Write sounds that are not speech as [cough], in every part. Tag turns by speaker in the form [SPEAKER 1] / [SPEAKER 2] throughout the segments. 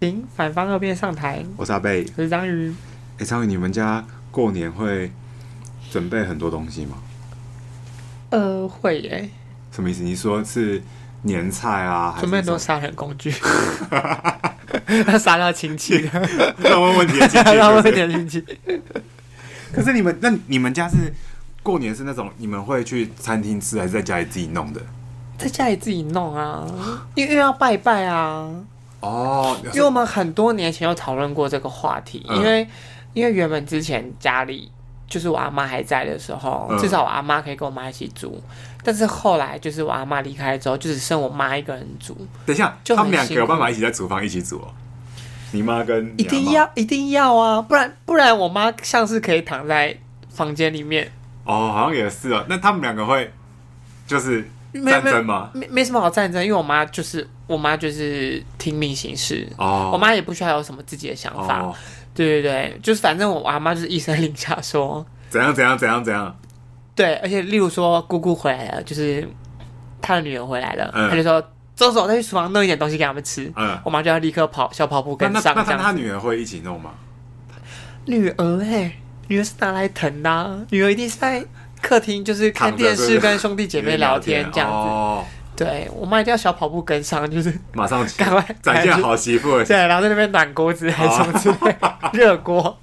[SPEAKER 1] 行，反方二辩上台，
[SPEAKER 2] 我是阿贝。
[SPEAKER 1] 我是章鱼。
[SPEAKER 2] 哎、张宇，你们家过年会准备很多东西吗？
[SPEAKER 1] 呃，会耶，
[SPEAKER 2] 什么意思？你说是年菜啊？还是
[SPEAKER 1] 准备很多
[SPEAKER 2] 什
[SPEAKER 1] 杀人工 [laughs] 具，要杀掉亲戚，
[SPEAKER 2] 么 [laughs] 让我问问题的
[SPEAKER 1] [laughs]
[SPEAKER 2] 亲戚
[SPEAKER 1] 要
[SPEAKER 2] 是不
[SPEAKER 1] 问
[SPEAKER 2] 是
[SPEAKER 1] 点亲戚。
[SPEAKER 2] 可是你们，那你们家是过年是那种你们会去餐厅吃，还是在家里自己弄的？
[SPEAKER 1] 在家里自己弄 [laughs] 啊，因为要拜拜啊。
[SPEAKER 2] 哦，
[SPEAKER 1] 因为我们很多年前有讨论过这个话题，
[SPEAKER 2] 嗯
[SPEAKER 1] 因为因为原本之前家里就是我阿妈还在的时候，
[SPEAKER 2] 嗯
[SPEAKER 1] 至少我阿妈可以跟我妈一起住，但是后来就是我阿妈离开之后，就只剩我妈一个人住，
[SPEAKER 2] 等一下，
[SPEAKER 1] 就
[SPEAKER 2] 他
[SPEAKER 1] 很
[SPEAKER 2] 们两个
[SPEAKER 1] 辛苦
[SPEAKER 2] 有办法一起在厨房一起煮哦。你妈跟你
[SPEAKER 1] 一
[SPEAKER 2] 阿
[SPEAKER 1] 定
[SPEAKER 2] 嬷
[SPEAKER 1] 要一定要啊，不然不然我妈像是可以躺在房间里面，
[SPEAKER 2] 哦，好像也是哦。那他们两个会就是
[SPEAKER 1] 没有
[SPEAKER 2] 战
[SPEAKER 1] 没有
[SPEAKER 2] 争吗？
[SPEAKER 1] 没没什么好战争，因为我妈就是我妈就是听命行事。
[SPEAKER 2] 哦，
[SPEAKER 1] 我妈也不需要有什么自己的想法，
[SPEAKER 2] 哦，
[SPEAKER 1] 对对对，就是反正我阿妈就是一声令下说，
[SPEAKER 2] 怎样怎样怎样怎样？
[SPEAKER 1] 对，而且例如说姑姑回来了，就是她的女儿回来了，
[SPEAKER 2] 嗯
[SPEAKER 1] 她就说走走，再去厨房弄一点东西给他们吃。
[SPEAKER 2] 嗯，
[SPEAKER 1] 我妈就要立刻跑小跑步
[SPEAKER 2] 那
[SPEAKER 1] 跟
[SPEAKER 2] 那
[SPEAKER 1] 上
[SPEAKER 2] 那
[SPEAKER 1] 这
[SPEAKER 2] 他
[SPEAKER 1] 样
[SPEAKER 2] 他
[SPEAKER 1] 子。
[SPEAKER 2] 女儿会一起弄吗？
[SPEAKER 1] 女儿哎、女儿是拿来疼的啊、女儿一定是在客厅就是看
[SPEAKER 2] 躺着
[SPEAKER 1] 电
[SPEAKER 2] 对
[SPEAKER 1] 视
[SPEAKER 2] 不对
[SPEAKER 1] 跟兄弟姐妹聊天这样子。
[SPEAKER 2] 哦，
[SPEAKER 1] 对我妈一定要小跑步跟上， [laughs] 就是
[SPEAKER 2] 马上
[SPEAKER 1] 赶快
[SPEAKER 2] [laughs] 展现好媳妇的
[SPEAKER 1] 对，然后在那边暖锅子还 [laughs] 是什么之类，热锅。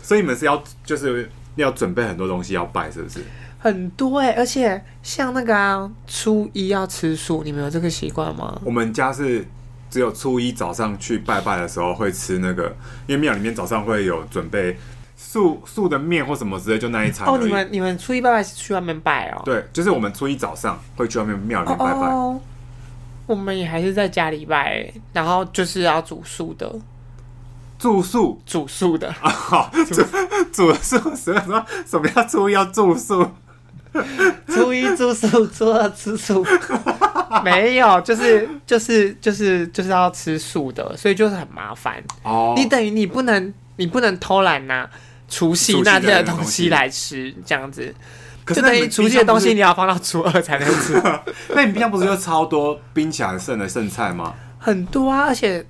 [SPEAKER 2] 所以你们是要就是要准备很多东西要拜，是不是？
[SPEAKER 1] 很多哎、而且像那个啊，初一要吃素，你们有这个习惯吗？
[SPEAKER 2] 我们家是只有初一早上去拜拜的时候会吃那个，因为庙里面早上会有准备素素的面或什么之类，就那一餐
[SPEAKER 1] 哦，
[SPEAKER 2] 而
[SPEAKER 1] 你
[SPEAKER 2] 已。
[SPEAKER 1] 们你们初一拜拜是去外面拜哦？
[SPEAKER 2] 对，就是我们初一早上会去外面庙里
[SPEAKER 1] 哦
[SPEAKER 2] 面拜拜。
[SPEAKER 1] 哦，我们也还是在家里拜欸，然后就是要煮素的，
[SPEAKER 2] 住宿
[SPEAKER 1] 煮素的，
[SPEAKER 2] 好， [laughs] 住住宿什么什么叫初一要住宿？
[SPEAKER 1] 初一煮素，初二吃
[SPEAKER 2] [laughs]
[SPEAKER 1] 素。没有，就是就是就是就是要吃素的，所以就是很麻烦。
[SPEAKER 2] 哦
[SPEAKER 1] 你等于你不能你不能偷懒拿除夕
[SPEAKER 2] 除夕
[SPEAKER 1] 那
[SPEAKER 2] 那
[SPEAKER 1] 天
[SPEAKER 2] 天
[SPEAKER 1] 的
[SPEAKER 2] 的
[SPEAKER 1] 东
[SPEAKER 2] 东
[SPEAKER 1] 西
[SPEAKER 2] 西
[SPEAKER 1] 来吃，这样子
[SPEAKER 2] 可
[SPEAKER 1] 就是等
[SPEAKER 2] 那
[SPEAKER 1] 于
[SPEAKER 2] 你
[SPEAKER 1] 除夕的东西
[SPEAKER 2] 冰
[SPEAKER 1] 你要放到初二才能吃，
[SPEAKER 2] [laughs] 箱 [laughs] 不是，那你冰箱不是就超多冰起来剩的剩菜吗？
[SPEAKER 1] 很多啊。而且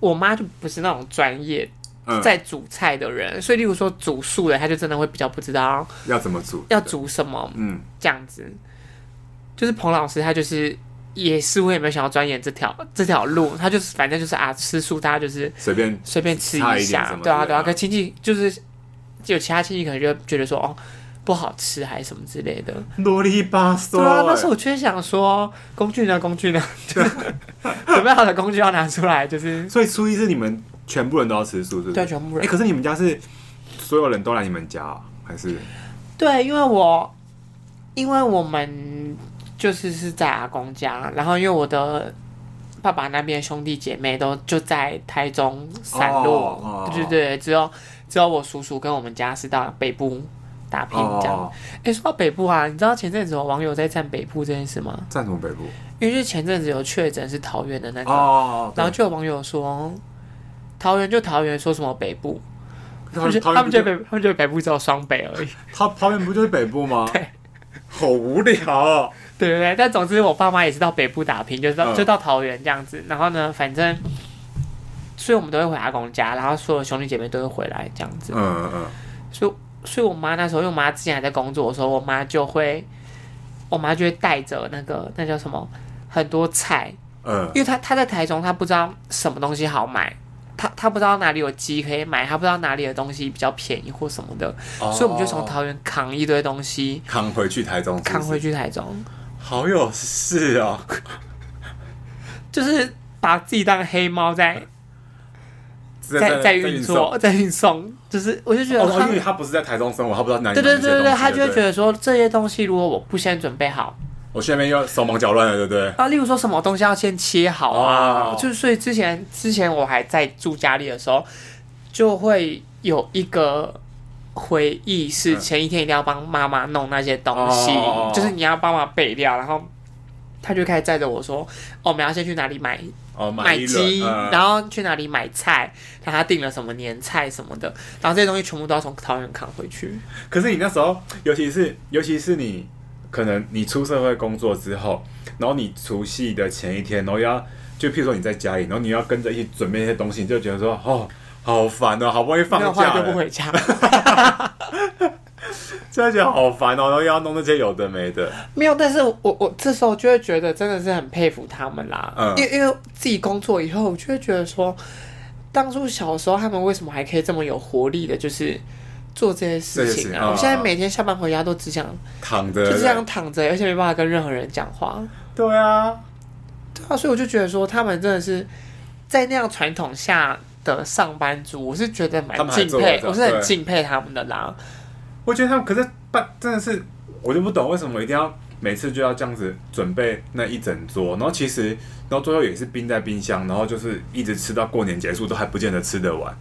[SPEAKER 1] 我妈就不是那种专业
[SPEAKER 2] 嗯，
[SPEAKER 1] 在煮菜的人，所以例如说煮素的，他就真的会比较不知道
[SPEAKER 2] 要怎么煮？
[SPEAKER 1] 要煮什么
[SPEAKER 2] 嗯，
[SPEAKER 1] 这样子。就是彭老师，他就是也似乎也没有想要钻研这条这条路，他就是反正就是啊，吃素大家就是
[SPEAKER 2] 随便
[SPEAKER 1] 随便吃
[SPEAKER 2] 差一点
[SPEAKER 1] 下
[SPEAKER 2] 什，么
[SPEAKER 1] 对啊
[SPEAKER 2] 之类的
[SPEAKER 1] 对啊。可亲戚就是有其他亲戚可能就觉得说哦不好吃还是什么之类的，
[SPEAKER 2] 啰里吧嗦。
[SPEAKER 1] 对啊。那时候我却想说工具呢工具呢， [laughs] 就是准备好的工具要拿出来，就是
[SPEAKER 2] 所以初一是你们全部人都要吃素，是不是？
[SPEAKER 1] 对全部人
[SPEAKER 2] 哎、可是你们家是所有人都来你们家、啊，还是？
[SPEAKER 1] 对，因为我因为我们就是是在阿公家，然后因为我的爸爸那边兄弟姐妹都就在台中散落，
[SPEAKER 2] 哦哦
[SPEAKER 1] 对对对，只有只有我叔叔跟我们家是到北部打拼这样。
[SPEAKER 2] 哦，
[SPEAKER 1] 哎、说到北部啊，你知道前阵子有网友在站北部这件事吗？
[SPEAKER 2] 占什么北部？
[SPEAKER 1] 因为就是前阵子有确诊是桃园的那个，
[SPEAKER 2] 哦，
[SPEAKER 1] 然后就有网友说桃园就桃园，说什么北部，
[SPEAKER 2] 他
[SPEAKER 1] 他们
[SPEAKER 2] 们
[SPEAKER 1] 觉得他
[SPEAKER 2] 桃园
[SPEAKER 1] 们觉得北
[SPEAKER 2] 不就
[SPEAKER 1] 他们觉得北部只有双北而已。
[SPEAKER 2] 桃桃园不就是北部吗？
[SPEAKER 1] 对，
[SPEAKER 2] 好无聊、哦。
[SPEAKER 1] 对对对，但总之我爸妈也是到北部打拼，就是到、
[SPEAKER 2] 嗯
[SPEAKER 1] 就到桃园这样子。然后呢，反正，所以我们都会回阿公家，然后所有兄弟姐妹都会回来这样子。
[SPEAKER 2] 嗯嗯嗯，
[SPEAKER 1] 所以，所以我妈那时候，因为我妈之前还在工作的时候，我妈就会，我妈就会带着那个那叫什么很多菜，
[SPEAKER 2] 嗯
[SPEAKER 1] 因为她她在台中，她不知道什么东西好买。她她不知道哪里有鸡可以买，她不知道哪里的东西比较便宜或什么的，所以我们就从
[SPEAKER 2] 哦
[SPEAKER 1] 桃园扛一堆东西
[SPEAKER 2] 扛回去台中是不是
[SPEAKER 1] 扛回，去台中。
[SPEAKER 2] 好有事哦。 [laughs]
[SPEAKER 1] 就是把自己当黑猫在在在运
[SPEAKER 2] 送
[SPEAKER 1] 作、 [laughs] 在运送，就是我就觉得
[SPEAKER 2] 哦，
[SPEAKER 1] 他
[SPEAKER 2] 因，为他不是在台中生活，他不知道哪里
[SPEAKER 1] 对
[SPEAKER 2] 买
[SPEAKER 1] 对
[SPEAKER 2] 这些
[SPEAKER 1] 对对，
[SPEAKER 2] 东西
[SPEAKER 1] 他就会
[SPEAKER 2] 对
[SPEAKER 1] 觉得说这些东西如果我不先准备好，
[SPEAKER 2] 我去那边又手忙脚乱了，对不对？
[SPEAKER 1] 啊，例如说什么东西要先切好啊，
[SPEAKER 2] 哦
[SPEAKER 1] 就是所以之前之前我还在住家里的时候，就会有一个。回忆是
[SPEAKER 2] 嗯
[SPEAKER 1] 前一天一定要帮妈妈弄那些东西，
[SPEAKER 2] 哦
[SPEAKER 1] 就是你要帮忙备料，然后他就开始载着我说、哦我们要先去哪里买
[SPEAKER 2] 哦，
[SPEAKER 1] 买
[SPEAKER 2] 一
[SPEAKER 1] 鸡，
[SPEAKER 2] 轮嗯
[SPEAKER 1] 然后去哪里买菜，然后他订了什么年菜什么的，然后这些东西全部都要从桃园扛回去。
[SPEAKER 2] 可是你那时候，尤其是尤其是你，可能你出社会工作之后，然后你除夕的前一天，然后要就譬如说你在家里，然后你要跟着一起准备一些东西，你就觉得说哦，好烦哦，好不容易放
[SPEAKER 1] 没有
[SPEAKER 2] 假
[SPEAKER 1] 坏
[SPEAKER 2] 了，
[SPEAKER 1] 就不回
[SPEAKER 2] [laughs]
[SPEAKER 1] 家，
[SPEAKER 2] 现在觉得好烦哦，然后又要弄那些有的没的，
[SPEAKER 1] 没有。但是我我这时候就会觉得真的是很佩服他们啦，
[SPEAKER 2] 嗯
[SPEAKER 1] 因为因为自己工作以后，我就会觉得说，当初小时候他们为什么还可以这么有活力的，就是做这些事
[SPEAKER 2] 这些事
[SPEAKER 1] 情
[SPEAKER 2] 情
[SPEAKER 1] 啊？
[SPEAKER 2] 啊
[SPEAKER 1] 我现在每天下班回家都只想
[SPEAKER 2] 躺着
[SPEAKER 1] 就这样躺着，而且没办法跟任何人讲话。
[SPEAKER 2] 对啊，
[SPEAKER 1] 对啊，所以我就觉得说，他们真的是在那样传统下的上班族，我是觉得蛮
[SPEAKER 2] 他们还
[SPEAKER 1] 敬
[SPEAKER 2] 做
[SPEAKER 1] 佩
[SPEAKER 2] 得，到
[SPEAKER 1] 我是很
[SPEAKER 2] 对
[SPEAKER 1] 敬佩他们的啦。
[SPEAKER 2] 我觉得他们可是办真的是，我就不懂为什么一定要每次就要这样子准备那一整桌，然后其实然后最后也是冰在冰箱，然后就是一直吃到过年结束都还不见得吃得完。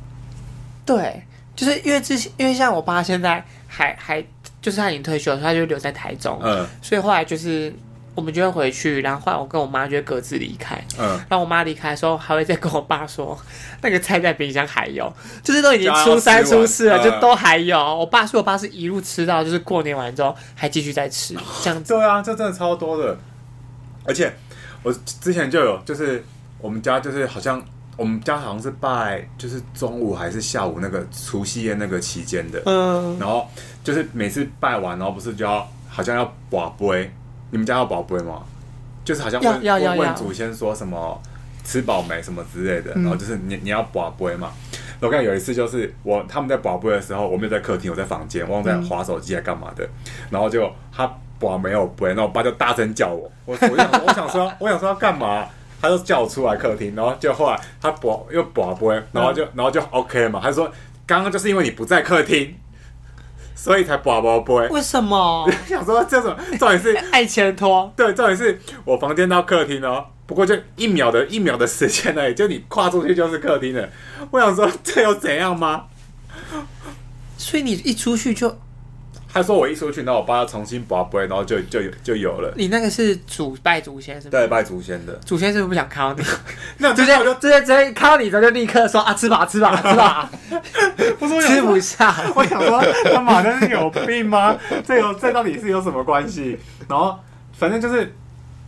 [SPEAKER 1] 对，就是因为之前，因为像我爸现在还还就是他已经退休了，他就留在台中，
[SPEAKER 2] 嗯
[SPEAKER 1] 所以后来就是我们就会回去，然后后来我跟我妈就会各自离开。
[SPEAKER 2] 嗯，
[SPEAKER 1] 然后我妈离开的时候，还会再跟我爸说，那个菜在冰箱还有，就是都已经初三初四了，
[SPEAKER 2] 就要
[SPEAKER 1] 就
[SPEAKER 2] 吃完嗯
[SPEAKER 1] 都还有。我爸说我爸是一路吃到就是过年完之后还继续在吃，这样子。
[SPEAKER 2] 对啊，这真的超多的，而且我之前就有，就是我们家就是好像我们家好像是拜就是中午还是下午那个除夕夜那个期间的，
[SPEAKER 1] 嗯，
[SPEAKER 2] 然后就是每次拜完，然后不是就要好像要保杯，你们家要保杯吗？就是好像
[SPEAKER 1] 要
[SPEAKER 2] 问
[SPEAKER 1] 要要
[SPEAKER 2] 问问
[SPEAKER 1] 要
[SPEAKER 2] 祖先说什么吃饱没什么之类的，然后就是你你要保杯嘛。然后我看有一次就是我他们在保杯的时候，我没有在客厅，我在房间，忘在划手机还干嘛的，然后就他保没有杯，然后我爸就大声叫我，我我想我想说 [laughs] 我想说要干嘛？他就叫我出来客厅，然后就后来他保又保杯，然后就、然后就 OK 了嘛。他就说刚刚就是因为你不在客厅，所以才宝宝不会。
[SPEAKER 1] 为什么
[SPEAKER 2] 想 [laughs] 说这种重点是，
[SPEAKER 1] 爱钱拖？
[SPEAKER 2] 对，重点是我房间到客厅哦，不过就一秒的一秒的时间而已，就你跨出去就是客厅了。我想说这又怎样吗？ [laughs]
[SPEAKER 1] 所以你一出去就，
[SPEAKER 2] 他说我一出去，然后我爸要重新宝贝，然后就就有就有了。
[SPEAKER 1] 你那个是祖拜祖先是吗？
[SPEAKER 2] 对，，拜祖先的，
[SPEAKER 1] 祖先是不是不想看到你？ [laughs]
[SPEAKER 2] 那
[SPEAKER 1] 直
[SPEAKER 2] 之
[SPEAKER 1] 接
[SPEAKER 2] 前我就
[SPEAKER 1] 直接直接看到你，他就立刻说啊，吃吧吃 [laughs] 吧吃吧，
[SPEAKER 2] 不是我
[SPEAKER 1] 吃
[SPEAKER 2] 想
[SPEAKER 1] 不
[SPEAKER 2] 说，
[SPEAKER 1] 下。
[SPEAKER 2] 我想说他妈的是有病吗？ [laughs] 这有这到底是有什么关系？然后反正就是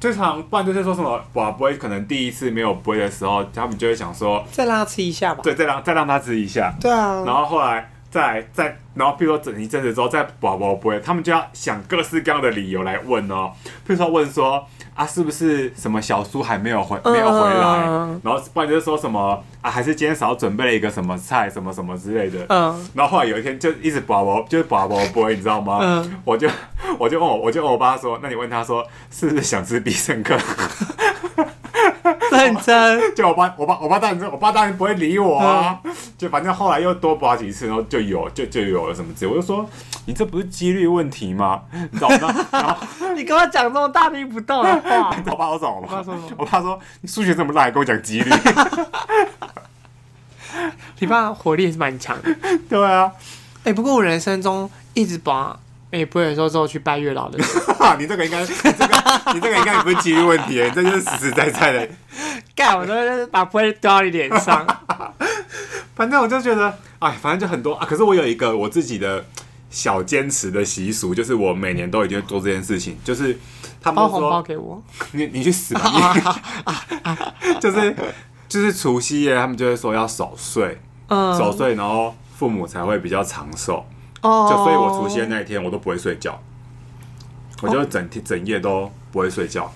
[SPEAKER 2] 最常不然就是说什么宝贝，可能第一次没有杯的时候，他们就会想说
[SPEAKER 1] 再让他吃一下吧。
[SPEAKER 2] 对，再让再让他吃一下，
[SPEAKER 1] 对啊
[SPEAKER 2] 然后后来再来再，然后比如说整一阵子之后再宝宝不会，他们就要想各式各样的理由来问哦，比如说问说啊是不是什么小叔还没有回
[SPEAKER 1] 嗯
[SPEAKER 2] 没有回来，
[SPEAKER 1] 嗯
[SPEAKER 2] 然后不然就是说什么啊还是今天少准备了一个什么菜什么什么之类的，
[SPEAKER 1] 嗯，
[SPEAKER 2] 然后后来有一天就一直宝宝就是宝宝不会，你知道吗？
[SPEAKER 1] 嗯
[SPEAKER 2] 我就我就问我我就问我爸说，那你问他说是不是想吃必胜客？
[SPEAKER 1] 认真。
[SPEAKER 2] 就我爸，我爸，我爸当然知道，我爸当然不会理我啊。
[SPEAKER 1] 嗯
[SPEAKER 2] 就反正后来又多拔几次，然后就有，就就有了什么之类。我就说，你这不是几率问题吗？ [laughs] 你知道吗？然后
[SPEAKER 1] 你跟我讲这种大逆不道的
[SPEAKER 2] [laughs]
[SPEAKER 1] 话，
[SPEAKER 2] 我爸我懂
[SPEAKER 1] 爸
[SPEAKER 2] 吗
[SPEAKER 1] 说什么？
[SPEAKER 2] 我爸说，你数学这么烂，还跟我
[SPEAKER 1] [laughs]
[SPEAKER 2] 讲几率？
[SPEAKER 1] 你爸火力也是蛮强的。
[SPEAKER 2] 对啊，
[SPEAKER 1] 哎、不过我人生中一直把哎、不会说之后去拜月老的人，
[SPEAKER 2] [laughs] 你这个应该，你这个，你这个应该不是几率问题，你这就是实实在在的。
[SPEAKER 1] [laughs] 干我都是把不会丢到你脸上。
[SPEAKER 2] 反正我就觉得，哎，反正就很多啊。可是我有一个我自己的小坚持的习俗，就是我每年都一定会做这件事情，就是他
[SPEAKER 1] [laughs]
[SPEAKER 2] 们
[SPEAKER 1] 包
[SPEAKER 2] 都
[SPEAKER 1] 红包
[SPEAKER 2] 说。
[SPEAKER 1] 给我，
[SPEAKER 2] 你你去死吧！你 [laughs] 就是就是除夕夜，他们就会说要守岁，
[SPEAKER 1] 嗯，
[SPEAKER 2] 守岁，然后父母才会比较长寿。
[SPEAKER 1] 哦
[SPEAKER 2] 就所以，我除夕夜那一天我都不会睡觉，我就整
[SPEAKER 1] 哦
[SPEAKER 2] 天整夜都不会睡觉。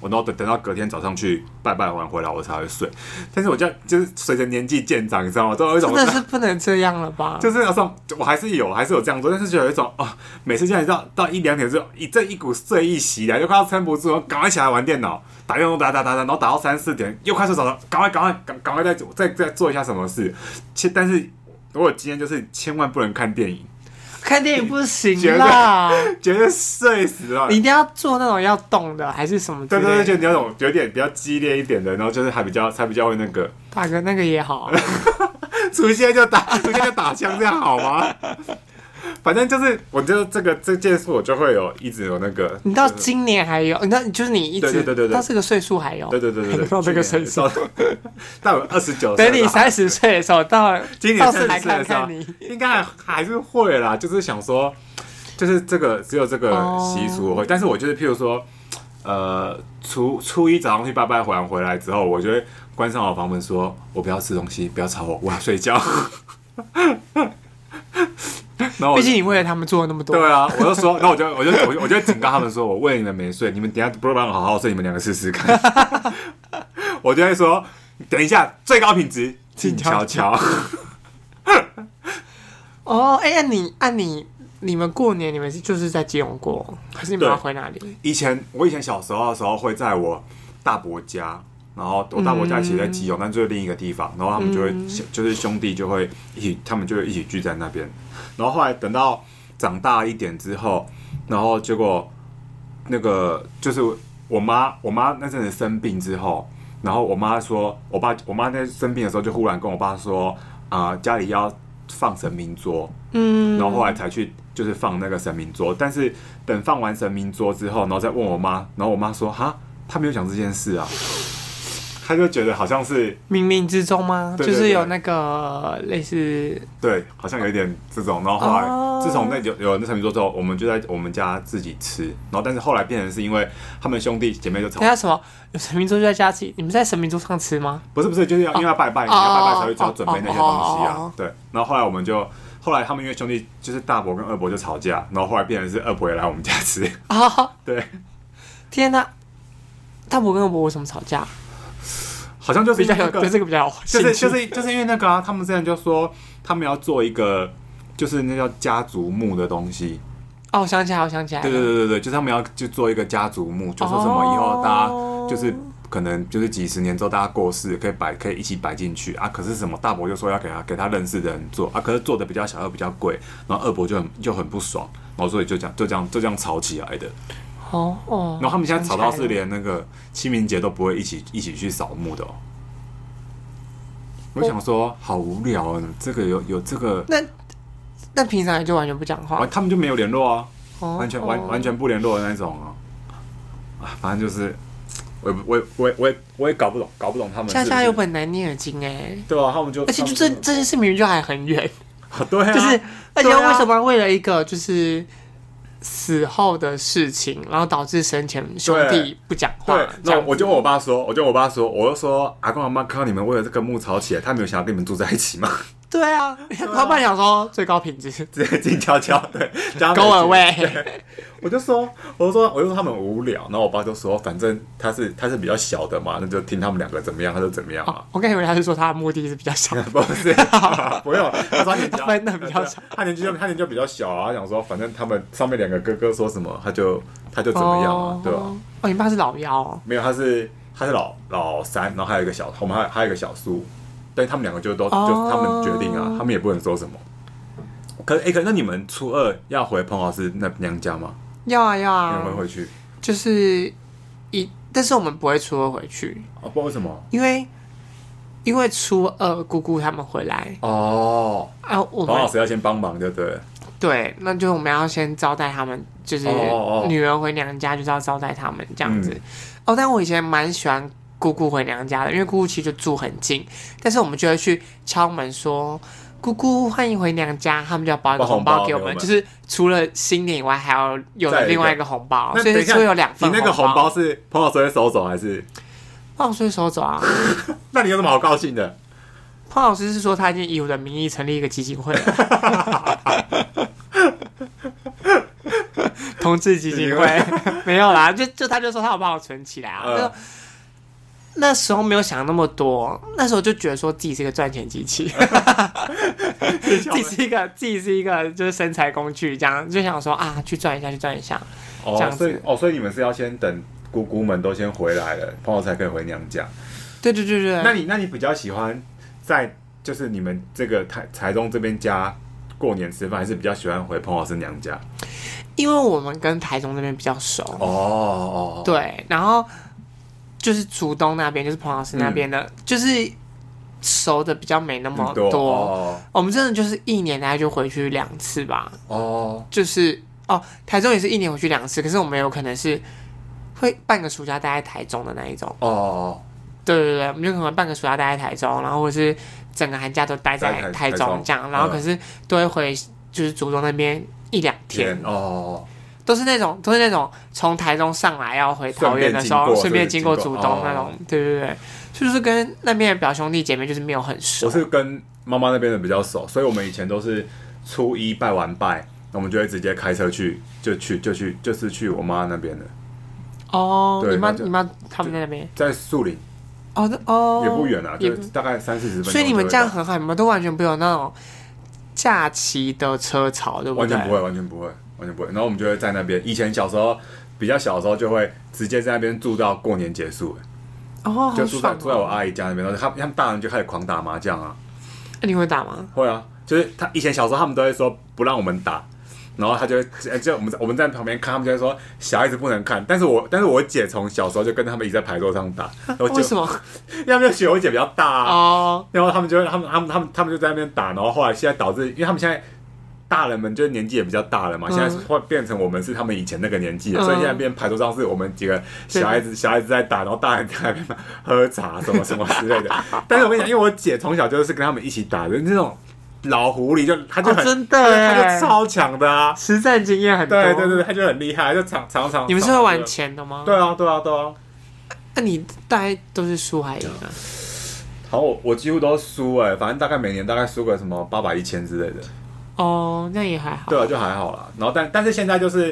[SPEAKER 2] 我然后等等到隔天早上去拜拜完回来，我才会睡。但是我就就是随着年纪渐长，你知道吗？都有一种
[SPEAKER 1] 真的是不能这样了吧？
[SPEAKER 2] 就是那种，我还是有，还是有这样做，但是就有一种啊、每次这样到到一两点之后，一阵一股睡意袭来，就快要撑不住了，赶快起来玩电脑，打电动，打打打打，然后打到三四点，又快睡着了，赶快赶快赶赶快再再再做一下什么事。其但是我有经验就是，千万不能看电影，
[SPEAKER 1] 看电影不行啦，
[SPEAKER 2] 绝对睡死了
[SPEAKER 1] [laughs] 你。一定要做那种要动的，还是什么之
[SPEAKER 2] 对
[SPEAKER 1] 类的？
[SPEAKER 2] 对对，就你那种有点比较激烈一点的，然后就是还比较才比较会那个， [laughs]
[SPEAKER 1] 大哥那个也好，
[SPEAKER 2] 出现就打，出现就打枪，这样好吗？反正就是，我觉得这个这件事，我就会有一直有那个。
[SPEAKER 1] 你到
[SPEAKER 2] 就是
[SPEAKER 1] 今年还有，那就是你一直
[SPEAKER 2] 对对对对对
[SPEAKER 1] 到这个岁数还有，
[SPEAKER 2] 对对对对对，
[SPEAKER 1] 哦 [laughs] 到这个岁数，
[SPEAKER 2] 到二十
[SPEAKER 1] [laughs]
[SPEAKER 2] 九，
[SPEAKER 1] 等你三十岁的时候到
[SPEAKER 2] 今年
[SPEAKER 1] 到时
[SPEAKER 2] 三十
[SPEAKER 1] 来
[SPEAKER 2] 岁
[SPEAKER 1] 看
[SPEAKER 2] 的时候
[SPEAKER 1] 看你，
[SPEAKER 2] 应该还是会
[SPEAKER 1] 哦
[SPEAKER 2] 啦，就是想说，就是这个只有这个习俗我会，但是我就是譬如说，呃初初一早上去拜拜完回来之后，我就会关上我房门说，我不要吃东西，不要吵我，我要睡觉。 [laughs] 然后我
[SPEAKER 1] 毕
[SPEAKER 2] 就
[SPEAKER 1] 竟你为了他们做了那么多，
[SPEAKER 2] 对啊，我就说，那 [laughs] 我就我就我就我就警告他们说，我为了你们没睡，你们等一下不让我好好睡，你们两个试试看。 [laughs] 我就会说，等一下最高品质静悄悄。
[SPEAKER 1] 哦，哎、按你按你你们过年你们是就是在基隆过，还是你们
[SPEAKER 2] 对
[SPEAKER 1] 要回哪里？
[SPEAKER 2] 以前我以前小时候的时候会在我大伯家，然后我大伯家其实在基隆，但就是另一个地方，然后他们就会、就是兄弟就会一起，他们就会一起聚在那边。然后后来等到长大一点之后，然后结果那个就是我妈，我妈那阵子生病之后，然后我妈说，我爸我妈在生病的时候就忽然跟我爸说，啊、家里要放神明桌，
[SPEAKER 1] 嗯，
[SPEAKER 2] 然后后来才去就是放那个神明桌，但是等放完神明桌之后，然后再问我妈，然后我妈说哈，她没有讲这件事啊， [gasps] 她就觉得好像是
[SPEAKER 1] 冥冥之中吗？
[SPEAKER 2] 对对
[SPEAKER 1] 就是有
[SPEAKER 2] 对
[SPEAKER 1] 那个类似
[SPEAKER 2] 对，好像有一点这种。然后后来、
[SPEAKER 1] 哦
[SPEAKER 2] 自从那有有那神明桌之后，我们就在我们家自己吃，然后但是后来变成是因为他们兄弟姐妹就吵
[SPEAKER 1] 等一，下什么有神明桌就在家吃，你们在神明桌上吃
[SPEAKER 2] [laughs]
[SPEAKER 1] 吗？
[SPEAKER 2] 不是不是，就是要因为要拜拜，你要拜拜才会就要准备那些东西
[SPEAKER 1] 哦哦哦哦
[SPEAKER 2] 啊，对。然后后来我们就。后来他们因为兄弟就是大伯跟二伯就吵架，然后后来变成是二伯也来我们家吃， [laughs]
[SPEAKER 1] 啊、
[SPEAKER 2] 对，
[SPEAKER 1] 天哪、大伯跟我伯为什么吵架？
[SPEAKER 2] 好像就是
[SPEAKER 1] 比
[SPEAKER 2] 因
[SPEAKER 1] 较
[SPEAKER 2] 为那
[SPEAKER 1] 有
[SPEAKER 2] 个
[SPEAKER 1] 对这个比较有兴
[SPEAKER 2] 就是
[SPEAKER 1] 趣，
[SPEAKER 2] 就是就是因为那个啊，他们之前就说他们要做一个，就是那叫家族墓的东西。
[SPEAKER 1] 哦，我想起来了，我想起来了，
[SPEAKER 2] 对对对对对，就是他们要就做一个家族墓，就说什么以
[SPEAKER 1] 哦
[SPEAKER 2] 后大家就是可能就是几十年之后大家过世可以摆可以一起摆进去啊。可是什么大伯就说要给他给他认识的人做啊，可是做的比较小又比较贵，然后二伯就很就很不爽，然后所以就这样就这样就这样吵起来的。
[SPEAKER 1] 哦哦，
[SPEAKER 2] 然后他们现在吵到是
[SPEAKER 1] 想起来了
[SPEAKER 2] 连那个清明节都不会一起一起去扫墓的哦。我想说，好无聊啊！这个有有这个，
[SPEAKER 1] 哦那那平常也就完全不讲话
[SPEAKER 2] 完，他们就没有联络啊，
[SPEAKER 1] 哦
[SPEAKER 2] 完全完
[SPEAKER 1] 哦
[SPEAKER 2] 完全不联络的那种啊。啊，反正就是，我也不我也我也我也我也搞不懂，搞不懂他们是
[SPEAKER 1] 家
[SPEAKER 2] 不
[SPEAKER 1] 家
[SPEAKER 2] 是
[SPEAKER 1] 有本难念的经哎，
[SPEAKER 2] 对啊，他们就
[SPEAKER 1] 而且就这
[SPEAKER 2] 他们
[SPEAKER 1] 这件事明明就还很远，
[SPEAKER 2] 就对啊，
[SPEAKER 1] 就是而且
[SPEAKER 2] 对啊
[SPEAKER 1] 为什么为了一个就是死后的事情，然后导致生前兄弟不讲话
[SPEAKER 2] 对，，
[SPEAKER 1] 这
[SPEAKER 2] 那
[SPEAKER 1] 样子
[SPEAKER 2] 我就问我爸说，我就问我爸说，我就说阿公阿妈看到你们为了这个墓吵起来，他没有想要跟你们住在一起吗？ [laughs]
[SPEAKER 1] 对啊，老板想说最高品质
[SPEAKER 2] 直接静悄悄对，
[SPEAKER 1] [laughs]
[SPEAKER 2] 加
[SPEAKER 1] ，go
[SPEAKER 2] 美军 [laughs]
[SPEAKER 1] away，
[SPEAKER 2] 我就说，我就说，我就说他们无聊。然后我爸就说，反正他是他是比较小的嘛，那就听他们两个怎么样，他就怎么样嘛。
[SPEAKER 1] 我跟你们他是说他的目的是比较小，
[SPEAKER 2] 不是，不用，他说他年
[SPEAKER 1] [laughs]
[SPEAKER 2] 纪
[SPEAKER 1] 分得比较小，
[SPEAKER 2] 他年纪就他年纪就比较小啊。他想说，反正他们上面两个哥哥说什么，他就他就怎么样嘛，对吧？
[SPEAKER 1] 哦，哦你爸是老幺哦，
[SPEAKER 2] 没有，他是他是老老三，然后还有一个小，我们还有还有一个小叔，但他们两个就都、就
[SPEAKER 1] 哦
[SPEAKER 2] 他们决定啊，他们也不能说什么。可是哎、可是那你们初二要回彭老师那娘家吗？
[SPEAKER 1] 要啊要
[SPEAKER 2] 你
[SPEAKER 1] 啊
[SPEAKER 2] 们，会回去？
[SPEAKER 1] 就是一，但是我们不会初二回去，
[SPEAKER 2] 啊，不知道为什么
[SPEAKER 1] 因为因为初二姑姑他们回来
[SPEAKER 2] 哦。
[SPEAKER 1] 啊，我
[SPEAKER 2] 黄
[SPEAKER 1] 们
[SPEAKER 2] 老师要先帮忙，对不对？
[SPEAKER 1] 对，那就我们要先招待他们，就是
[SPEAKER 2] 哦哦哦嗯
[SPEAKER 1] 女儿回娘家就是要招待他们这样子。哦，但我以前蛮喜欢姑姑回娘家的，因为姑姑其实就住很近，但是我们就会去敲门说。姑姑，欢迎回娘家，他们就要包一个
[SPEAKER 2] 包红
[SPEAKER 1] 红包
[SPEAKER 2] 包
[SPEAKER 1] 给
[SPEAKER 2] 给
[SPEAKER 1] 我
[SPEAKER 2] 我
[SPEAKER 1] 们，
[SPEAKER 2] 们
[SPEAKER 1] 就是除了新年以外，还要有
[SPEAKER 2] 再一
[SPEAKER 1] 了
[SPEAKER 2] 个
[SPEAKER 1] 另外一个红包，
[SPEAKER 2] 那
[SPEAKER 1] 所以
[SPEAKER 2] 等一
[SPEAKER 1] 是
[SPEAKER 2] 下
[SPEAKER 1] 初二有两
[SPEAKER 2] 你
[SPEAKER 1] 份
[SPEAKER 2] 那个红
[SPEAKER 1] 红
[SPEAKER 2] 包，是彭老师会收走还是？
[SPEAKER 1] 胖老师收走啊。
[SPEAKER 2] 那你有什么好高兴的？
[SPEAKER 1] 胖老师是说他已经以我的名义成立一个基金会了， [laughs] 同志基金会 [laughs] 没有啦，就就他就说他有帮我存起来啊。
[SPEAKER 2] 嗯
[SPEAKER 1] 就那时候没有想那么多，那时候就觉得说自己是一个赚钱机器， [laughs] 自己是一个自己是一个就是身材工具，这样就想说啊去赚一下去赚一下。这
[SPEAKER 2] 哦
[SPEAKER 1] 样，子
[SPEAKER 2] 所以哦，所以你们是要先等姑姑们都先回来了，彭老师才可以回娘家。
[SPEAKER 1] 对对对对，
[SPEAKER 2] 那你那你比较喜欢在就是你们这个台台中这边家过年吃饭，还是比较喜欢回彭老师娘家？
[SPEAKER 1] 因为我们跟台中这边比较熟，
[SPEAKER 2] 哦哦，
[SPEAKER 1] 对，然后就是竹东那边，就是彭老师那边的，就是熟的比较没那么
[SPEAKER 2] 很
[SPEAKER 1] 嗯多。
[SPEAKER 2] 哦
[SPEAKER 1] 我们真的就是一年大概就回去两次吧，
[SPEAKER 2] 哦
[SPEAKER 1] 就是哦，台中也是一年回去两次，可是我们有可能是会半个暑假待在台中的那一种。
[SPEAKER 2] 哦，
[SPEAKER 1] 对对对，我们就可能半个暑假待在台中，然后或者是整个寒假都待
[SPEAKER 2] 在
[SPEAKER 1] 在
[SPEAKER 2] 台
[SPEAKER 1] 台
[SPEAKER 2] 台
[SPEAKER 1] 中
[SPEAKER 2] 中
[SPEAKER 1] 这样，然后
[SPEAKER 2] 嗯
[SPEAKER 1] 可是都会回就是竹东那边一两天，
[SPEAKER 2] 哦，
[SPEAKER 1] 都都是那种都是那种从台中上来要回桃园的时候，顺
[SPEAKER 2] 顺
[SPEAKER 1] 便
[SPEAKER 2] 便
[SPEAKER 1] 经
[SPEAKER 2] 经
[SPEAKER 1] 过
[SPEAKER 2] 过
[SPEAKER 1] 竹
[SPEAKER 2] 顺便经
[SPEAKER 1] 东
[SPEAKER 2] 过哦
[SPEAKER 1] 那种，对对对，就是跟那边的表兄弟姐妹就是没有很熟
[SPEAKER 2] 我，是跟妈妈那边的比较熟，所以我们以前都是初一拜完拜，那我们就会直接开车去，就去就去就是去我妈那边的，
[SPEAKER 1] 哦，
[SPEAKER 2] 对
[SPEAKER 1] 你妈
[SPEAKER 2] 那就
[SPEAKER 1] 你妈他们在那边，
[SPEAKER 2] 在树林
[SPEAKER 1] 哦那哦，
[SPEAKER 2] 也不远啊，
[SPEAKER 1] 也
[SPEAKER 2] 就大概三四十分钟就会到。
[SPEAKER 1] 所以你们这样很好，你们都完全不有那种假期的车潮，对不
[SPEAKER 2] 完
[SPEAKER 1] 对？
[SPEAKER 2] 全不会，完全不会，完全不会。然后我们就会在那边，以前小时候比较小的时候就会直接在那边住到过年结束，
[SPEAKER 1] 哦，好
[SPEAKER 2] 就住在、
[SPEAKER 1] 爽
[SPEAKER 2] 住在我
[SPEAKER 1] 哦！
[SPEAKER 2] 阿姨家那边，然后他他们大人就开始狂打麻将啊，
[SPEAKER 1] 那哎你会打吗？
[SPEAKER 2] 会啊，就是他以前小时候他们都会说不让我们打，然后他就会就我们我们在旁边看，他们就会说小孩子不能看，但是我但是我姐从小时候就跟他们一直在牌桌上打，然后
[SPEAKER 1] 为什
[SPEAKER 2] 就
[SPEAKER 1] 么？
[SPEAKER 2] 要不就学我姐比较大、啊，
[SPEAKER 1] 哦，
[SPEAKER 2] 然后他们就会他们他们他们他们就在那边打，然后后来现在导致，因为他们现在大人们就是年纪也比较大了嘛，
[SPEAKER 1] 嗯
[SPEAKER 2] 现在会变成我们是他们以前那个年纪的，
[SPEAKER 1] 嗯
[SPEAKER 2] 所以现在变牌桌上是我们几个小孩子小孩子在打，然后大人在那边喝茶什么什么之类
[SPEAKER 1] [laughs]
[SPEAKER 2] 的。但是我跟你讲，因为我姐从小就是跟他们一起打的，那种老狐狸就她就
[SPEAKER 1] 哦
[SPEAKER 2] 很、
[SPEAKER 1] 真的耶
[SPEAKER 2] 她就超强的啊，
[SPEAKER 1] 实战经验很多。
[SPEAKER 2] 对对对，对，她就很厉害，就常常常
[SPEAKER 1] 你们是会玩钱的吗？
[SPEAKER 2] 对。啊对啊对啊，
[SPEAKER 1] 那你大概都是输还赢啊？
[SPEAKER 2] 好，我我几乎都输哎、反正大概每年大概输个什么八百一千之类的。
[SPEAKER 1] 哦，那也还好。
[SPEAKER 2] 对啊，就还好啦。然后但但是现在就是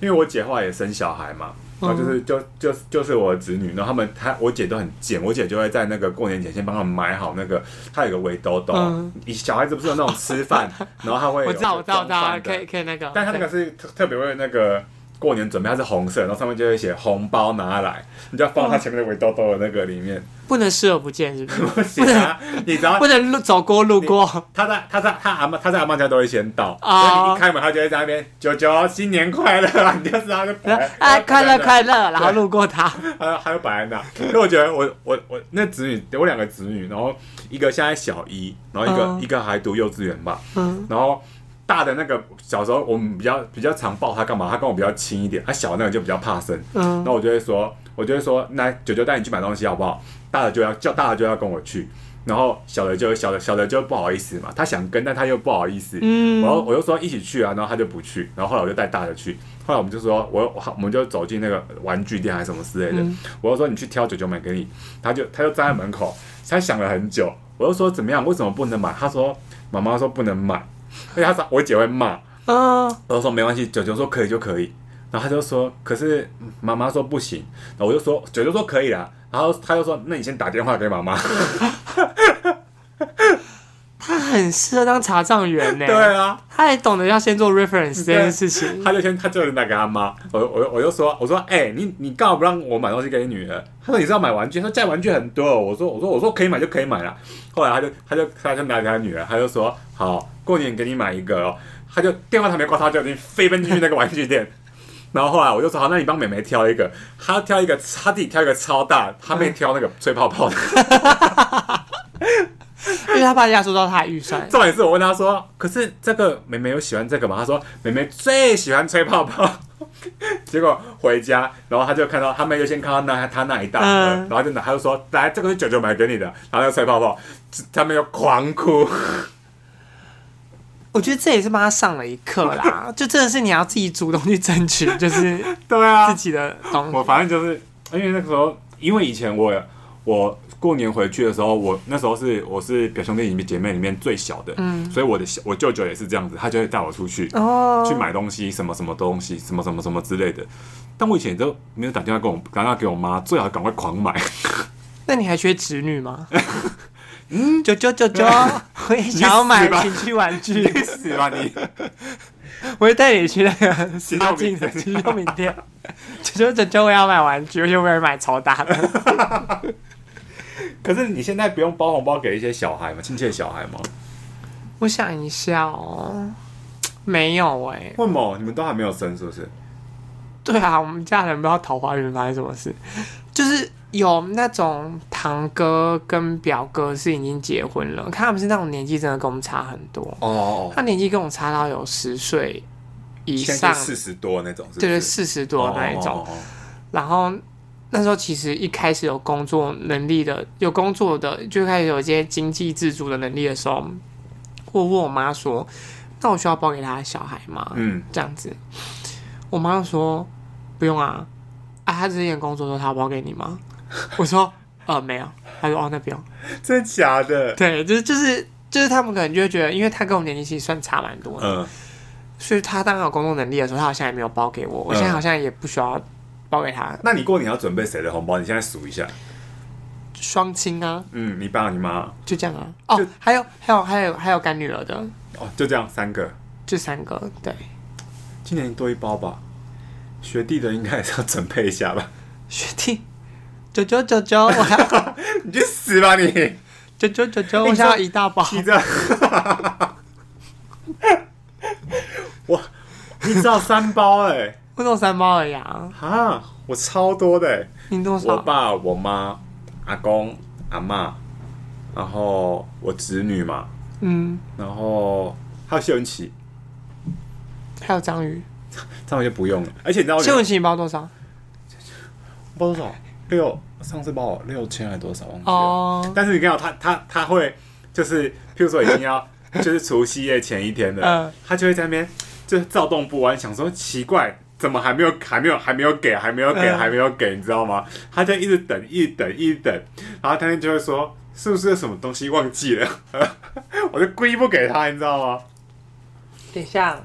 [SPEAKER 2] 因为我姐后来也生小孩嘛，
[SPEAKER 1] 嗯
[SPEAKER 2] 然后就是就就就是我的子女，然后他们她我姐都很贱，我姐就会在那个过年前先帮他们买好那个，她有个围兜兜
[SPEAKER 1] 嗯，
[SPEAKER 2] 以小孩子不是有那种
[SPEAKER 1] [laughs]
[SPEAKER 2] 吃饭，然后她会有
[SPEAKER 1] 我知道，我知道，我知
[SPEAKER 2] 装
[SPEAKER 1] 道，
[SPEAKER 2] 饭的
[SPEAKER 1] 可以，可以那个。
[SPEAKER 2] 但她那个是特特别为那个。过年准备它是红色，然后上面就会写红包拿来，你就要放到它
[SPEAKER 1] 嗯
[SPEAKER 2] 前面的围兜兜的那个里面。
[SPEAKER 1] 不能视而不见，是不
[SPEAKER 2] [laughs]
[SPEAKER 1] 是？
[SPEAKER 2] 不行
[SPEAKER 1] [laughs]
[SPEAKER 2] 啊，你只要
[SPEAKER 1] 不能路走过路过。
[SPEAKER 2] 他在他在他阿妈他在阿妈家都会先到，
[SPEAKER 1] 哦
[SPEAKER 2] 所以你一开门他就会在那边九九新年快乐，你就知道他就
[SPEAKER 1] [laughs]
[SPEAKER 2] 摆在
[SPEAKER 1] 哎，快乐，
[SPEAKER 2] 乐，
[SPEAKER 1] 快乐，然后路过他。
[SPEAKER 2] 呃，还有摆在那。所以我觉得我我我那子女我两个子女，然后一个现在小一，然后一个、
[SPEAKER 1] 嗯
[SPEAKER 2] 一个还读幼稚园吧，
[SPEAKER 1] 嗯，
[SPEAKER 2] 然后大的那个小时候我们比较比较常抱他干嘛，他跟我比较亲一点，他小的那个就比较怕生，
[SPEAKER 1] 嗯
[SPEAKER 2] 然后我就会说，我就会说，那九九带你去买东西好不好？大的就要叫大的就要跟我去，然后小的就小的小的就不好意思嘛，他想跟，但他又不好意思，
[SPEAKER 1] 嗯
[SPEAKER 2] 然后我就说一起去啊，然后他就不去，然后后来我就带大的去，后来我们就说，我我我们就走进那个玩具店还是什么之类的，
[SPEAKER 1] 嗯
[SPEAKER 2] 我就说你去挑九九买给你，他就他就站在门口，他想了很久，我就说怎么样，为什么不能买？他说妈妈说不能买，而且他说我姐会骂。
[SPEAKER 1] 嗯，
[SPEAKER 2] 我就说没关系，九九说可以就可以，然后他就说，可是嗯妈妈说不行，然后我就说九九说可以啦，然后他就说，那你先打电话给妈妈。
[SPEAKER 1] 他很适合当查账员呢。
[SPEAKER 2] [laughs] 对，啊，
[SPEAKER 1] 他还懂得要先做 reference 这件事情。
[SPEAKER 2] 他就先他就打给他妈，我我我就说我说哎、你你干嘛不让我买东西给你女儿？他说你是要买玩具，他说家里玩具很多哦，我说我说我说可以买就可以买啦。后来他就他就他就拿给他女儿，他就说好过年给你买一个哦，他就电话还没挂，他就已经飞奔进去那个玩具店。 [laughs] 然后后来我就说好，那你帮妹妹挑一个，她挑一个，她自己挑一个超大，她妹挑那个吹泡泡的。
[SPEAKER 1] 因为他怕压缩到他的预算。
[SPEAKER 2] 重点是我问她说，可是这个妹妹有喜欢这个吗？她说妹妹最喜欢吹泡 [laughs] 泡。结果回家，然后她就看到她妹就先看到那她那一大盒，
[SPEAKER 1] 嗯
[SPEAKER 2] 然后就拿，她就说来这个是九九买给你的，然后就吹泡泡，她妹就狂哭。
[SPEAKER 1] 我觉得这也是帮他上了一课
[SPEAKER 2] [laughs]
[SPEAKER 1] 啦，就真的是你要自己主动去争取，就是
[SPEAKER 2] 对啊
[SPEAKER 1] 自己的东
[SPEAKER 2] 我
[SPEAKER 1] 西。
[SPEAKER 2] 反正就是因为那个时候，因为以前我也我过年回去的时候，我那时候是我是表兄弟里面姐妹里面最小的，嗯，所以我的小我舅舅也是这样子，他就会带我出去、
[SPEAKER 1] 哦，
[SPEAKER 2] 去买东西，什么什么东西，什么什么什么之类的。但我以前都没有打电话跟我打电话给我妈，最好赶快狂 [laughs] 买。
[SPEAKER 1] 那你还缺侄女
[SPEAKER 2] [laughs]
[SPEAKER 1] 吗？嗯，九九九九， [laughs] 我也想要
[SPEAKER 2] 啊
[SPEAKER 1] 买
[SPEAKER 2] 你死吧
[SPEAKER 1] 情趣玩
[SPEAKER 2] 你
[SPEAKER 1] 具，
[SPEAKER 2] 死吧 [laughs] 你！
[SPEAKER 1] 我会带你去那个沙进的
[SPEAKER 2] 情趣
[SPEAKER 1] 情趣用品店。九九九九，我要买玩具，我就不要买超大的。
[SPEAKER 2] 可是你现在不用包红包给一些小孩嘛，亲戚的小孩吗？
[SPEAKER 1] 我想一下哦，没有哎、
[SPEAKER 2] 为什么你们都还没有生是不是？
[SPEAKER 1] 对啊，我们家人不知道桃花源发生什么事，就是有那种堂哥跟表哥是已经结婚了，看他们是那种年纪真的跟我们差很多，
[SPEAKER 2] 哦哦，
[SPEAKER 1] 他年纪跟我们差到有十岁以
[SPEAKER 2] 现
[SPEAKER 1] 上
[SPEAKER 2] 在，四十多那种是不是？
[SPEAKER 1] 对对，四十多那一种。
[SPEAKER 2] 哦哦哦哦
[SPEAKER 1] 然后那时候其实一开始有工作能力的，有工作的，就开始有一些经济自主的能力的时候，我问我妈说：“那我需要包给他的小孩吗？”
[SPEAKER 2] 嗯
[SPEAKER 1] 这样子，我妈就说不用啊，啊，她之前工作说她包给你吗？ [laughs] 我说呃没有，她说哦那不用。
[SPEAKER 2] 真的假的？
[SPEAKER 1] 对，就是就是就是他们可能就会觉得，因为她跟我年纪其实算差蛮多的，
[SPEAKER 2] 嗯，
[SPEAKER 1] 所以她当有工作能力的时候，她好像也没有包给我，我现在
[SPEAKER 2] 嗯
[SPEAKER 1] 好像也不需要包给她
[SPEAKER 2] 那你过年要准备谁的红包？你现在数一下。
[SPEAKER 1] 双亲啊，
[SPEAKER 2] 嗯，你爸、你妈，
[SPEAKER 1] 就这样啊。哦
[SPEAKER 2] 就，
[SPEAKER 1] 还有还有还有还有干女儿的，
[SPEAKER 2] 哦，就这样三个。
[SPEAKER 1] 这三个对。
[SPEAKER 2] 今年多一包吧。学弟的应该也是要准备一下吧。
[SPEAKER 1] [laughs]
[SPEAKER 2] [laughs]
[SPEAKER 1] 学弟，九九九九，我还要
[SPEAKER 2] 你去死吧你！
[SPEAKER 1] 九九九九，
[SPEAKER 2] 你
[SPEAKER 1] 我
[SPEAKER 2] 知道
[SPEAKER 1] 想要一大包。[laughs]
[SPEAKER 2] 你这，我，你只有三包哎、欸，
[SPEAKER 1] 我弄三包而已啊，
[SPEAKER 2] 啊，我超多的、欸，
[SPEAKER 1] 你多
[SPEAKER 2] 我
[SPEAKER 1] 少？
[SPEAKER 2] 爸、我妈、阿公、阿妈，然后我侄女嘛，
[SPEAKER 1] 嗯，
[SPEAKER 2] 然后还有谢文琪，
[SPEAKER 1] 还有章鱼。
[SPEAKER 2] 这样就不用了。而且你知道我
[SPEAKER 1] 谢文琪，你包多少？
[SPEAKER 2] 包多少？六，上次包我六千还多少忘记了。
[SPEAKER 1] 哦，
[SPEAKER 2] 但是你看到他他他会就是，譬如说已经
[SPEAKER 1] [laughs]
[SPEAKER 2] 要就是除夕夜前一天的，
[SPEAKER 1] 嗯
[SPEAKER 2] 他就会在那边就是躁动不安，想说奇怪。怎么还没有还没有还没有给还没有给、
[SPEAKER 1] 嗯
[SPEAKER 2] 还没有给，你知道吗？他就一直等一直等一直等，然后他就会说是不是有什么东西忘记了？ [laughs] 我就故意不给他，你知道吗？
[SPEAKER 1] 等一下，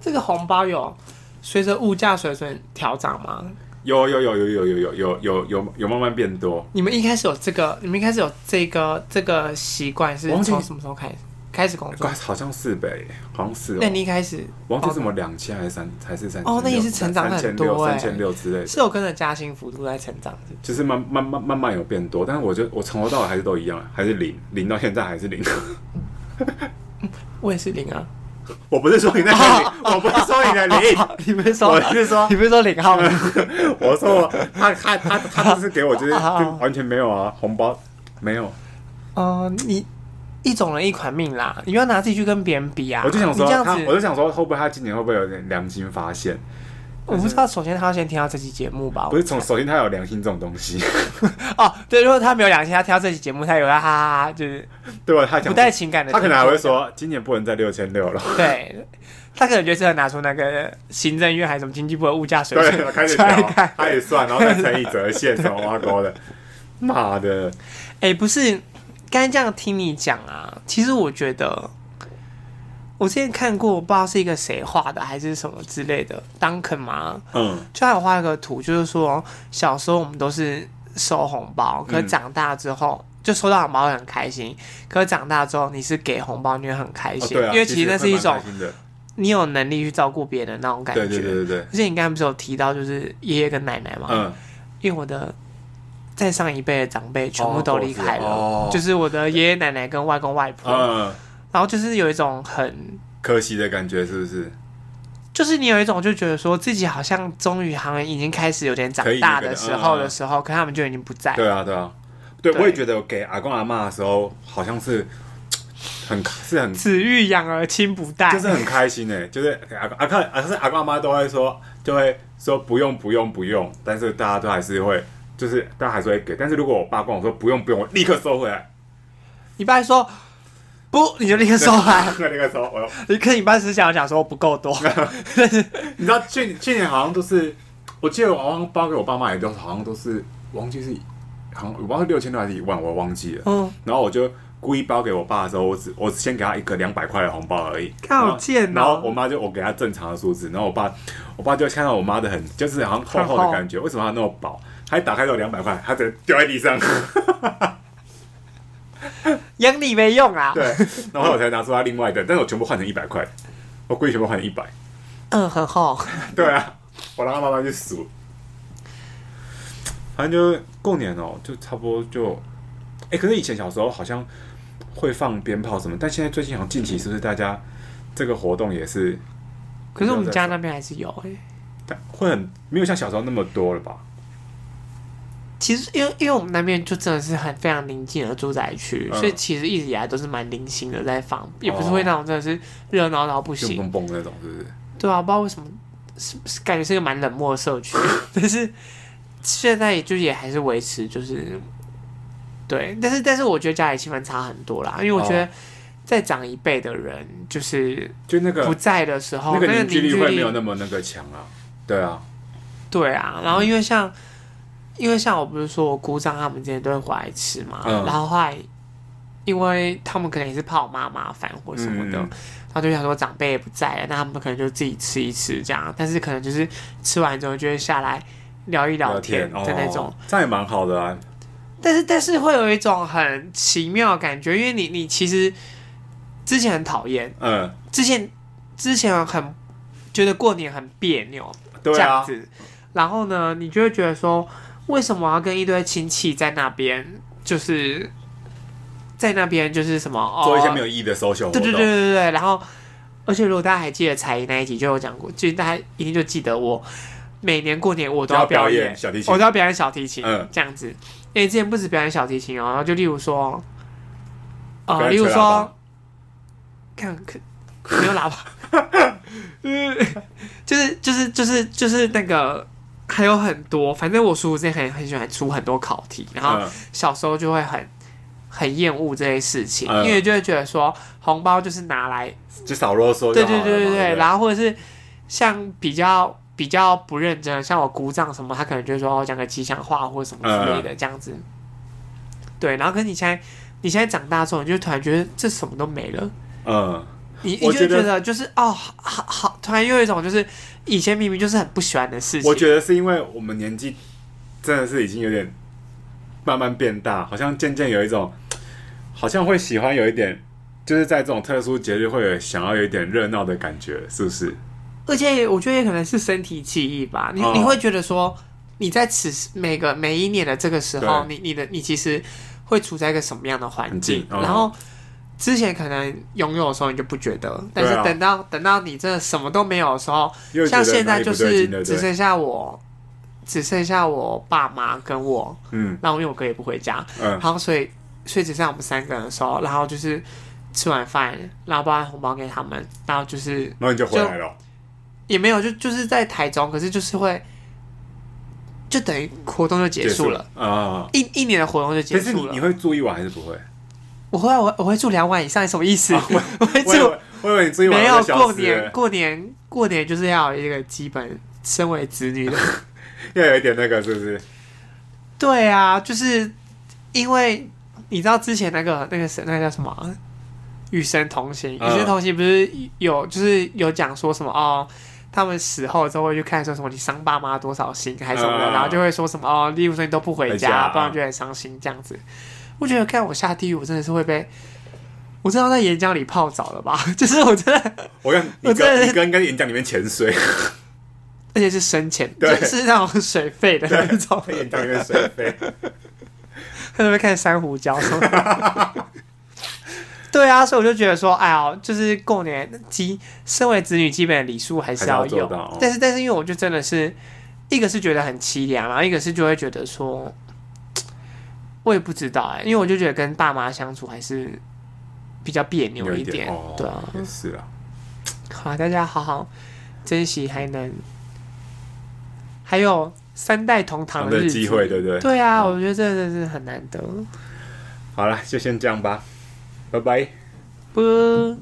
[SPEAKER 1] 这个红包有随着物价水准调涨吗？
[SPEAKER 2] 有有有有有有有有有有有慢慢变多，
[SPEAKER 1] 你们一开始有这个，你们一开始有这个这个习惯是
[SPEAKER 2] 我忘记
[SPEAKER 1] 从什么时候开始开始工作
[SPEAKER 2] 乖？好像是呗，好像是、哦。
[SPEAKER 1] 那你一开始
[SPEAKER 2] 忘记什么两千还是三还是三
[SPEAKER 1] 哦那也是成长
[SPEAKER 2] 三千
[SPEAKER 1] 很
[SPEAKER 2] 六
[SPEAKER 1] 多欸
[SPEAKER 2] 三千六之类的，
[SPEAKER 1] 是有跟着加薪幅度在成长的，
[SPEAKER 2] 就是慢慢慢慢慢有变多，但是我觉得我从头到尾还是都一样，还是零零到现在还是零。 [laughs]
[SPEAKER 1] 我也是零啊。
[SPEAKER 2] 我不是说你
[SPEAKER 1] [laughs]
[SPEAKER 2] 在零，我不是说你在零，
[SPEAKER 1] 你不是说
[SPEAKER 2] 我是说
[SPEAKER 1] 你不是说零号吗？
[SPEAKER 2] 我说我他他他他就是给我就是
[SPEAKER 1] 啊啊啊
[SPEAKER 2] 就完全没有啊，红包没有，
[SPEAKER 1] 哦，你一种人一款命啦，你不要拿自己去跟别人比啊！
[SPEAKER 2] 我就想说
[SPEAKER 1] 你这样
[SPEAKER 2] 他，我就
[SPEAKER 1] 子，
[SPEAKER 2] 想说会不会他今年会不会有点良心发现？
[SPEAKER 1] 我不知道。首先，他要先听到这期节目吧？
[SPEAKER 2] 不是从首先他有良心这种东西， [laughs]
[SPEAKER 1] 哦，对，如果他没有良心，他听到这期节目，他以为哈哈哈，就是
[SPEAKER 2] 对吧？啊他讲
[SPEAKER 1] 不带情感的，
[SPEAKER 2] 他可能还会，说今年不能再六千
[SPEAKER 1] [laughs]
[SPEAKER 2] 六了，
[SPEAKER 1] 对，他可能就适合拿出那个行政院还是什么经济部的物价水
[SPEAKER 2] 对，
[SPEAKER 1] 准
[SPEAKER 2] 开始
[SPEAKER 1] 出来
[SPEAKER 2] 调
[SPEAKER 1] 看。，
[SPEAKER 2] 他也算，然后再乘以折
[SPEAKER 1] [laughs]
[SPEAKER 2] 现什么挖沟的，妈的，
[SPEAKER 1] 哎、不是，刚才这样听你讲啊，其实我觉得，我之前看过，不知道是一个谁画的还是什么之类的，Duncan 吗？
[SPEAKER 2] 嗯。
[SPEAKER 1] 就还有画一个图，就是说小时候我们都是收红包，可
[SPEAKER 2] 嗯
[SPEAKER 1] 是长大之后、就收到红包会很开心，可是长大之后你是给红包你会很开
[SPEAKER 2] 哦
[SPEAKER 1] 心，
[SPEAKER 2] 对啊，
[SPEAKER 1] 因为其实那是一种
[SPEAKER 2] 会蛮开心的
[SPEAKER 1] 你有能力去照顾别人的那种感觉。
[SPEAKER 2] 对对对对对，
[SPEAKER 1] 而且你刚才不是有提到就是爷爷跟奶奶嘛，
[SPEAKER 2] 嗯，
[SPEAKER 1] 因为我的。在上一辈的长辈全部都离开了，
[SPEAKER 2] 哦
[SPEAKER 1] 就是我的爷爷奶奶跟外公外婆，
[SPEAKER 2] 嗯，
[SPEAKER 1] 然后就是有一种很，
[SPEAKER 2] 可惜的感觉是不是？
[SPEAKER 1] 就是你有一种就觉得说自己好像终于好像已经开始有点长
[SPEAKER 2] 可以
[SPEAKER 1] 大
[SPEAKER 2] 那个
[SPEAKER 1] 的
[SPEAKER 2] 的
[SPEAKER 1] 时
[SPEAKER 2] 嗯
[SPEAKER 1] 候
[SPEAKER 2] 嗯
[SPEAKER 1] 的时候，可他们就已经不在了
[SPEAKER 2] 对啊，对啊，对，
[SPEAKER 1] 哎对
[SPEAKER 2] 我也觉得我给阿公阿妈的时候，好像是很是很
[SPEAKER 1] 子欲养而亲不待，
[SPEAKER 2] 就是很开心诶，就是给阿公阿公阿是阿公阿妈都会说，就会说不用不用不用，但是大家都还是会。就是大家还是会给，但是如果我爸跟我说不用不用，我立刻收回来。
[SPEAKER 1] 你爸说不，你就立刻收来。
[SPEAKER 2] 那个时候， [laughs] 我
[SPEAKER 1] 你跟你爸只想要讲说不够多，但是
[SPEAKER 2] 你知道去去年好像都是，我记得我好像包给我爸妈也都好像都是，我忘记是好像我不知道是六千多还是一万，我忘记了。
[SPEAKER 1] 嗯，
[SPEAKER 2] 然后我就故意包给我爸的时候，我只我只先给他一个两百块的红包而已。
[SPEAKER 1] 看好贱哦
[SPEAKER 2] 然后然后我妈就我给他正常的数字，然后我爸我爸就看到我妈的很就是好像厚厚的感觉，为什么她那么薄？她一打开到两百块，她直接掉在地上。
[SPEAKER 1] 养你没用啊。
[SPEAKER 2] 对， [laughs] 然后我才拿出他另外的，但是我全部换成一百块，我故意全部换成一百。
[SPEAKER 1] 嗯，很厚。
[SPEAKER 2] [laughs] 对啊，我让他慢慢去数。反正就过年哦，就差不多就，哎、可是以前小时候好像会放鞭炮什么，但现在最近好像近期是不是大家这个活动也是，
[SPEAKER 1] 可是我们家那边还是有欸
[SPEAKER 2] 但会很没有像小时候那么多了吧？
[SPEAKER 1] 其实，因为因为我们那边就真的是很非常临近的住宅区，
[SPEAKER 2] 嗯哦
[SPEAKER 1] 所以其实一直以来都是蛮零星的在放，也不是会那种真的是热闹到不
[SPEAKER 2] 就
[SPEAKER 1] 行。
[SPEAKER 2] 蹦蹦那种，是不是？
[SPEAKER 1] 对啊，不知道为什么，是是感觉是个蛮冷漠的社区， [laughs] 但是现在就也还是维持，就是对，但是但是我觉得家里气氛差很多啦，因为我觉
[SPEAKER 2] 哦
[SPEAKER 1] 得再长一辈的人就是
[SPEAKER 2] 就那
[SPEAKER 1] 不
[SPEAKER 2] 个
[SPEAKER 1] 在的时候，
[SPEAKER 2] 啊那
[SPEAKER 1] 那
[SPEAKER 2] 个
[SPEAKER 1] 个
[SPEAKER 2] 凝聚
[SPEAKER 1] 凝
[SPEAKER 2] 力会没
[SPEAKER 1] 聚
[SPEAKER 2] 有
[SPEAKER 1] 力
[SPEAKER 2] 那么那个强啊。对啊，
[SPEAKER 1] 对啊，然后因为像，因为像我不是说我姑丈他们之前都会回来吃嘛，
[SPEAKER 2] 嗯
[SPEAKER 1] 然后后来，因为他们可能也是怕我妈麻烦或什么的，
[SPEAKER 2] 嗯
[SPEAKER 1] 然后就想说长辈也不在了，那他们可能就自己吃一吃这样，但是可能就是吃完之后就会下来聊一聊天
[SPEAKER 2] 哦
[SPEAKER 1] 的那种，
[SPEAKER 2] 这样也蛮好的啊。
[SPEAKER 1] 但是但是会有一种很奇妙的感觉，因为你你其实之前很讨厌，
[SPEAKER 2] 嗯，
[SPEAKER 1] 之前之前很觉得过年很别扭，
[SPEAKER 2] 对
[SPEAKER 1] 这样
[SPEAKER 2] 啊，
[SPEAKER 1] 子。然后呢，你就会觉得说，为什么要跟一堆亲戚在那边，就是在那边就是什么哦，
[SPEAKER 2] 做一些没有意义的 social 活
[SPEAKER 1] 对对对
[SPEAKER 2] 动。
[SPEAKER 1] 对对对。然后，而且如果大家还记得才艺那一集，就有讲过，就是大家一定就记得我每年过年我都
[SPEAKER 2] 要
[SPEAKER 1] 表
[SPEAKER 2] 表演小提琴
[SPEAKER 1] 我都要表演小提琴，
[SPEAKER 2] 嗯
[SPEAKER 1] 这样子。因为之前不止表演小提琴哦，然后就例如说，
[SPEAKER 2] 不
[SPEAKER 1] 呃，
[SPEAKER 2] 然
[SPEAKER 1] 例如
[SPEAKER 2] 吹喇叭
[SPEAKER 1] 说，看可没有喇叭，
[SPEAKER 2] [laughs]
[SPEAKER 1] 就是就是就是就是那个。还有很多，反正我叔叔之前很很喜欢出很多考题，然后
[SPEAKER 2] 嗯
[SPEAKER 1] 小时候就会很很厌恶这些事情，
[SPEAKER 2] 嗯
[SPEAKER 1] 因为就会觉得说红包就是拿来，
[SPEAKER 2] 就少啰嗦
[SPEAKER 1] 对
[SPEAKER 2] 就好了
[SPEAKER 1] 对
[SPEAKER 2] 嘛。
[SPEAKER 1] 对对
[SPEAKER 2] 对啊
[SPEAKER 1] 对，
[SPEAKER 2] 不，
[SPEAKER 1] 然后或者是像比较比较不认真的，像我姑丈什么，他可能就说哦讲个吉祥话或者什么之类的
[SPEAKER 2] 嗯
[SPEAKER 1] 这样子，对，然后可是你现在你现在长大之后，你就突然觉得这什么都没了。
[SPEAKER 2] 嗯，
[SPEAKER 1] 你你就
[SPEAKER 2] 我
[SPEAKER 1] 会
[SPEAKER 2] 觉
[SPEAKER 1] 觉
[SPEAKER 2] 得
[SPEAKER 1] 得就是哦，好好好，突然又有一种就是以前明明就是很不喜欢的事情，
[SPEAKER 2] 我觉得是因为我们年纪真的是已经有点慢慢变大，好像渐渐有一种，好像会喜欢有一点，就是在这种特殊节日会有想要有一点热闹的感觉，是不是？
[SPEAKER 1] 而且我觉得也可能是身体记忆吧，你、
[SPEAKER 2] 哦
[SPEAKER 1] 你会觉得说，你在此时每个每一年的这个时候，你你的你其实会处在一个什么样的环境
[SPEAKER 2] 环境，哦
[SPEAKER 1] 然后之前可能拥有的时候你就不觉得，但
[SPEAKER 2] 对啊
[SPEAKER 1] 是等到、等到你真的什么都没有的时候，
[SPEAKER 2] 又觉
[SPEAKER 1] 像
[SPEAKER 2] 得
[SPEAKER 1] 现
[SPEAKER 2] 哪
[SPEAKER 1] 在
[SPEAKER 2] 里
[SPEAKER 1] 就
[SPEAKER 2] 不对
[SPEAKER 1] 是
[SPEAKER 2] 劲对不
[SPEAKER 1] 只
[SPEAKER 2] 对？
[SPEAKER 1] 剩下我，只剩下我爸妈跟我，
[SPEAKER 2] 嗯
[SPEAKER 1] 然后因为我哥也不回家，
[SPEAKER 2] 嗯
[SPEAKER 1] 然后所以所以只剩下我们三个人的时候，然后就是吃完饭，然后包完红包给他们，然后就是
[SPEAKER 2] 然后你就回来了哦，
[SPEAKER 1] 也没有，就就是在台中，可是就是会，就等于活动就结束了，
[SPEAKER 2] 啊。
[SPEAKER 1] 一一年的活动就结
[SPEAKER 2] 但是
[SPEAKER 1] 束
[SPEAKER 2] 你你
[SPEAKER 1] 了。
[SPEAKER 2] 会住一晚还是不会？
[SPEAKER 1] 我会我我会住两晚以上，你什么意思？
[SPEAKER 2] 我
[SPEAKER 1] 我会
[SPEAKER 2] [laughs] 我
[SPEAKER 1] 住
[SPEAKER 2] 以为啊我以为你住一晚
[SPEAKER 1] 没有
[SPEAKER 2] 就消
[SPEAKER 1] 过
[SPEAKER 2] 失了
[SPEAKER 1] 年，过年过年就是要有一个基本，身为子女的，
[SPEAKER 2] 要有一点那个是不是？
[SPEAKER 1] 对啊，就是因为你知道之前那个那个谁那个叫什么啊与神同行，与
[SPEAKER 2] 嗯
[SPEAKER 1] 神同行不是有就是有讲说什么哦。他们死后之后会去看说什么你伤爸妈多少心还是什么的，
[SPEAKER 2] 嗯
[SPEAKER 1] 然后就会说什么哦，例如说你都不回
[SPEAKER 2] 回
[SPEAKER 1] 家，
[SPEAKER 2] 家
[SPEAKER 1] 不然就很伤心这样子。我觉得看我下地狱，我真的是会被，我真的要在岩浆里泡澡了吧？ [laughs] 就是我真的，
[SPEAKER 2] 我跟
[SPEAKER 1] 我
[SPEAKER 2] 你
[SPEAKER 1] 真的是
[SPEAKER 2] 跟你跟跟演讲里面潜水， [laughs]
[SPEAKER 1] 而且是深浅，就
[SPEAKER 2] 对
[SPEAKER 1] 是那种水费的那种，
[SPEAKER 2] 跟演讲里面水飞。
[SPEAKER 1] [laughs] 在那边看珊瑚礁什么的。 [laughs] 对啊，所以我就觉得说，哎呀，就是过年基，身为子女基本的礼数还是要
[SPEAKER 2] 还是要
[SPEAKER 1] 有，
[SPEAKER 2] 做到哦
[SPEAKER 1] 但是但是因为我就真的是，一个是觉得很凄凉，啊然后一个是就会觉得说，我也不知道哎、因为我就觉得跟爸妈相处还是比较别扭
[SPEAKER 2] [laughs] 有
[SPEAKER 1] 一
[SPEAKER 2] 一点哦
[SPEAKER 1] 对啊，
[SPEAKER 2] 也是啊，
[SPEAKER 1] 好啊，大家好好珍惜，还能还有三代同堂
[SPEAKER 2] 们
[SPEAKER 1] 的
[SPEAKER 2] 的
[SPEAKER 1] 日子
[SPEAKER 2] 机会，对不对？
[SPEAKER 1] 对啊，
[SPEAKER 2] 嗯
[SPEAKER 1] 我觉得真的是很难得。
[SPEAKER 2] 好了，就先这样吧，拜拜。
[SPEAKER 1] 不。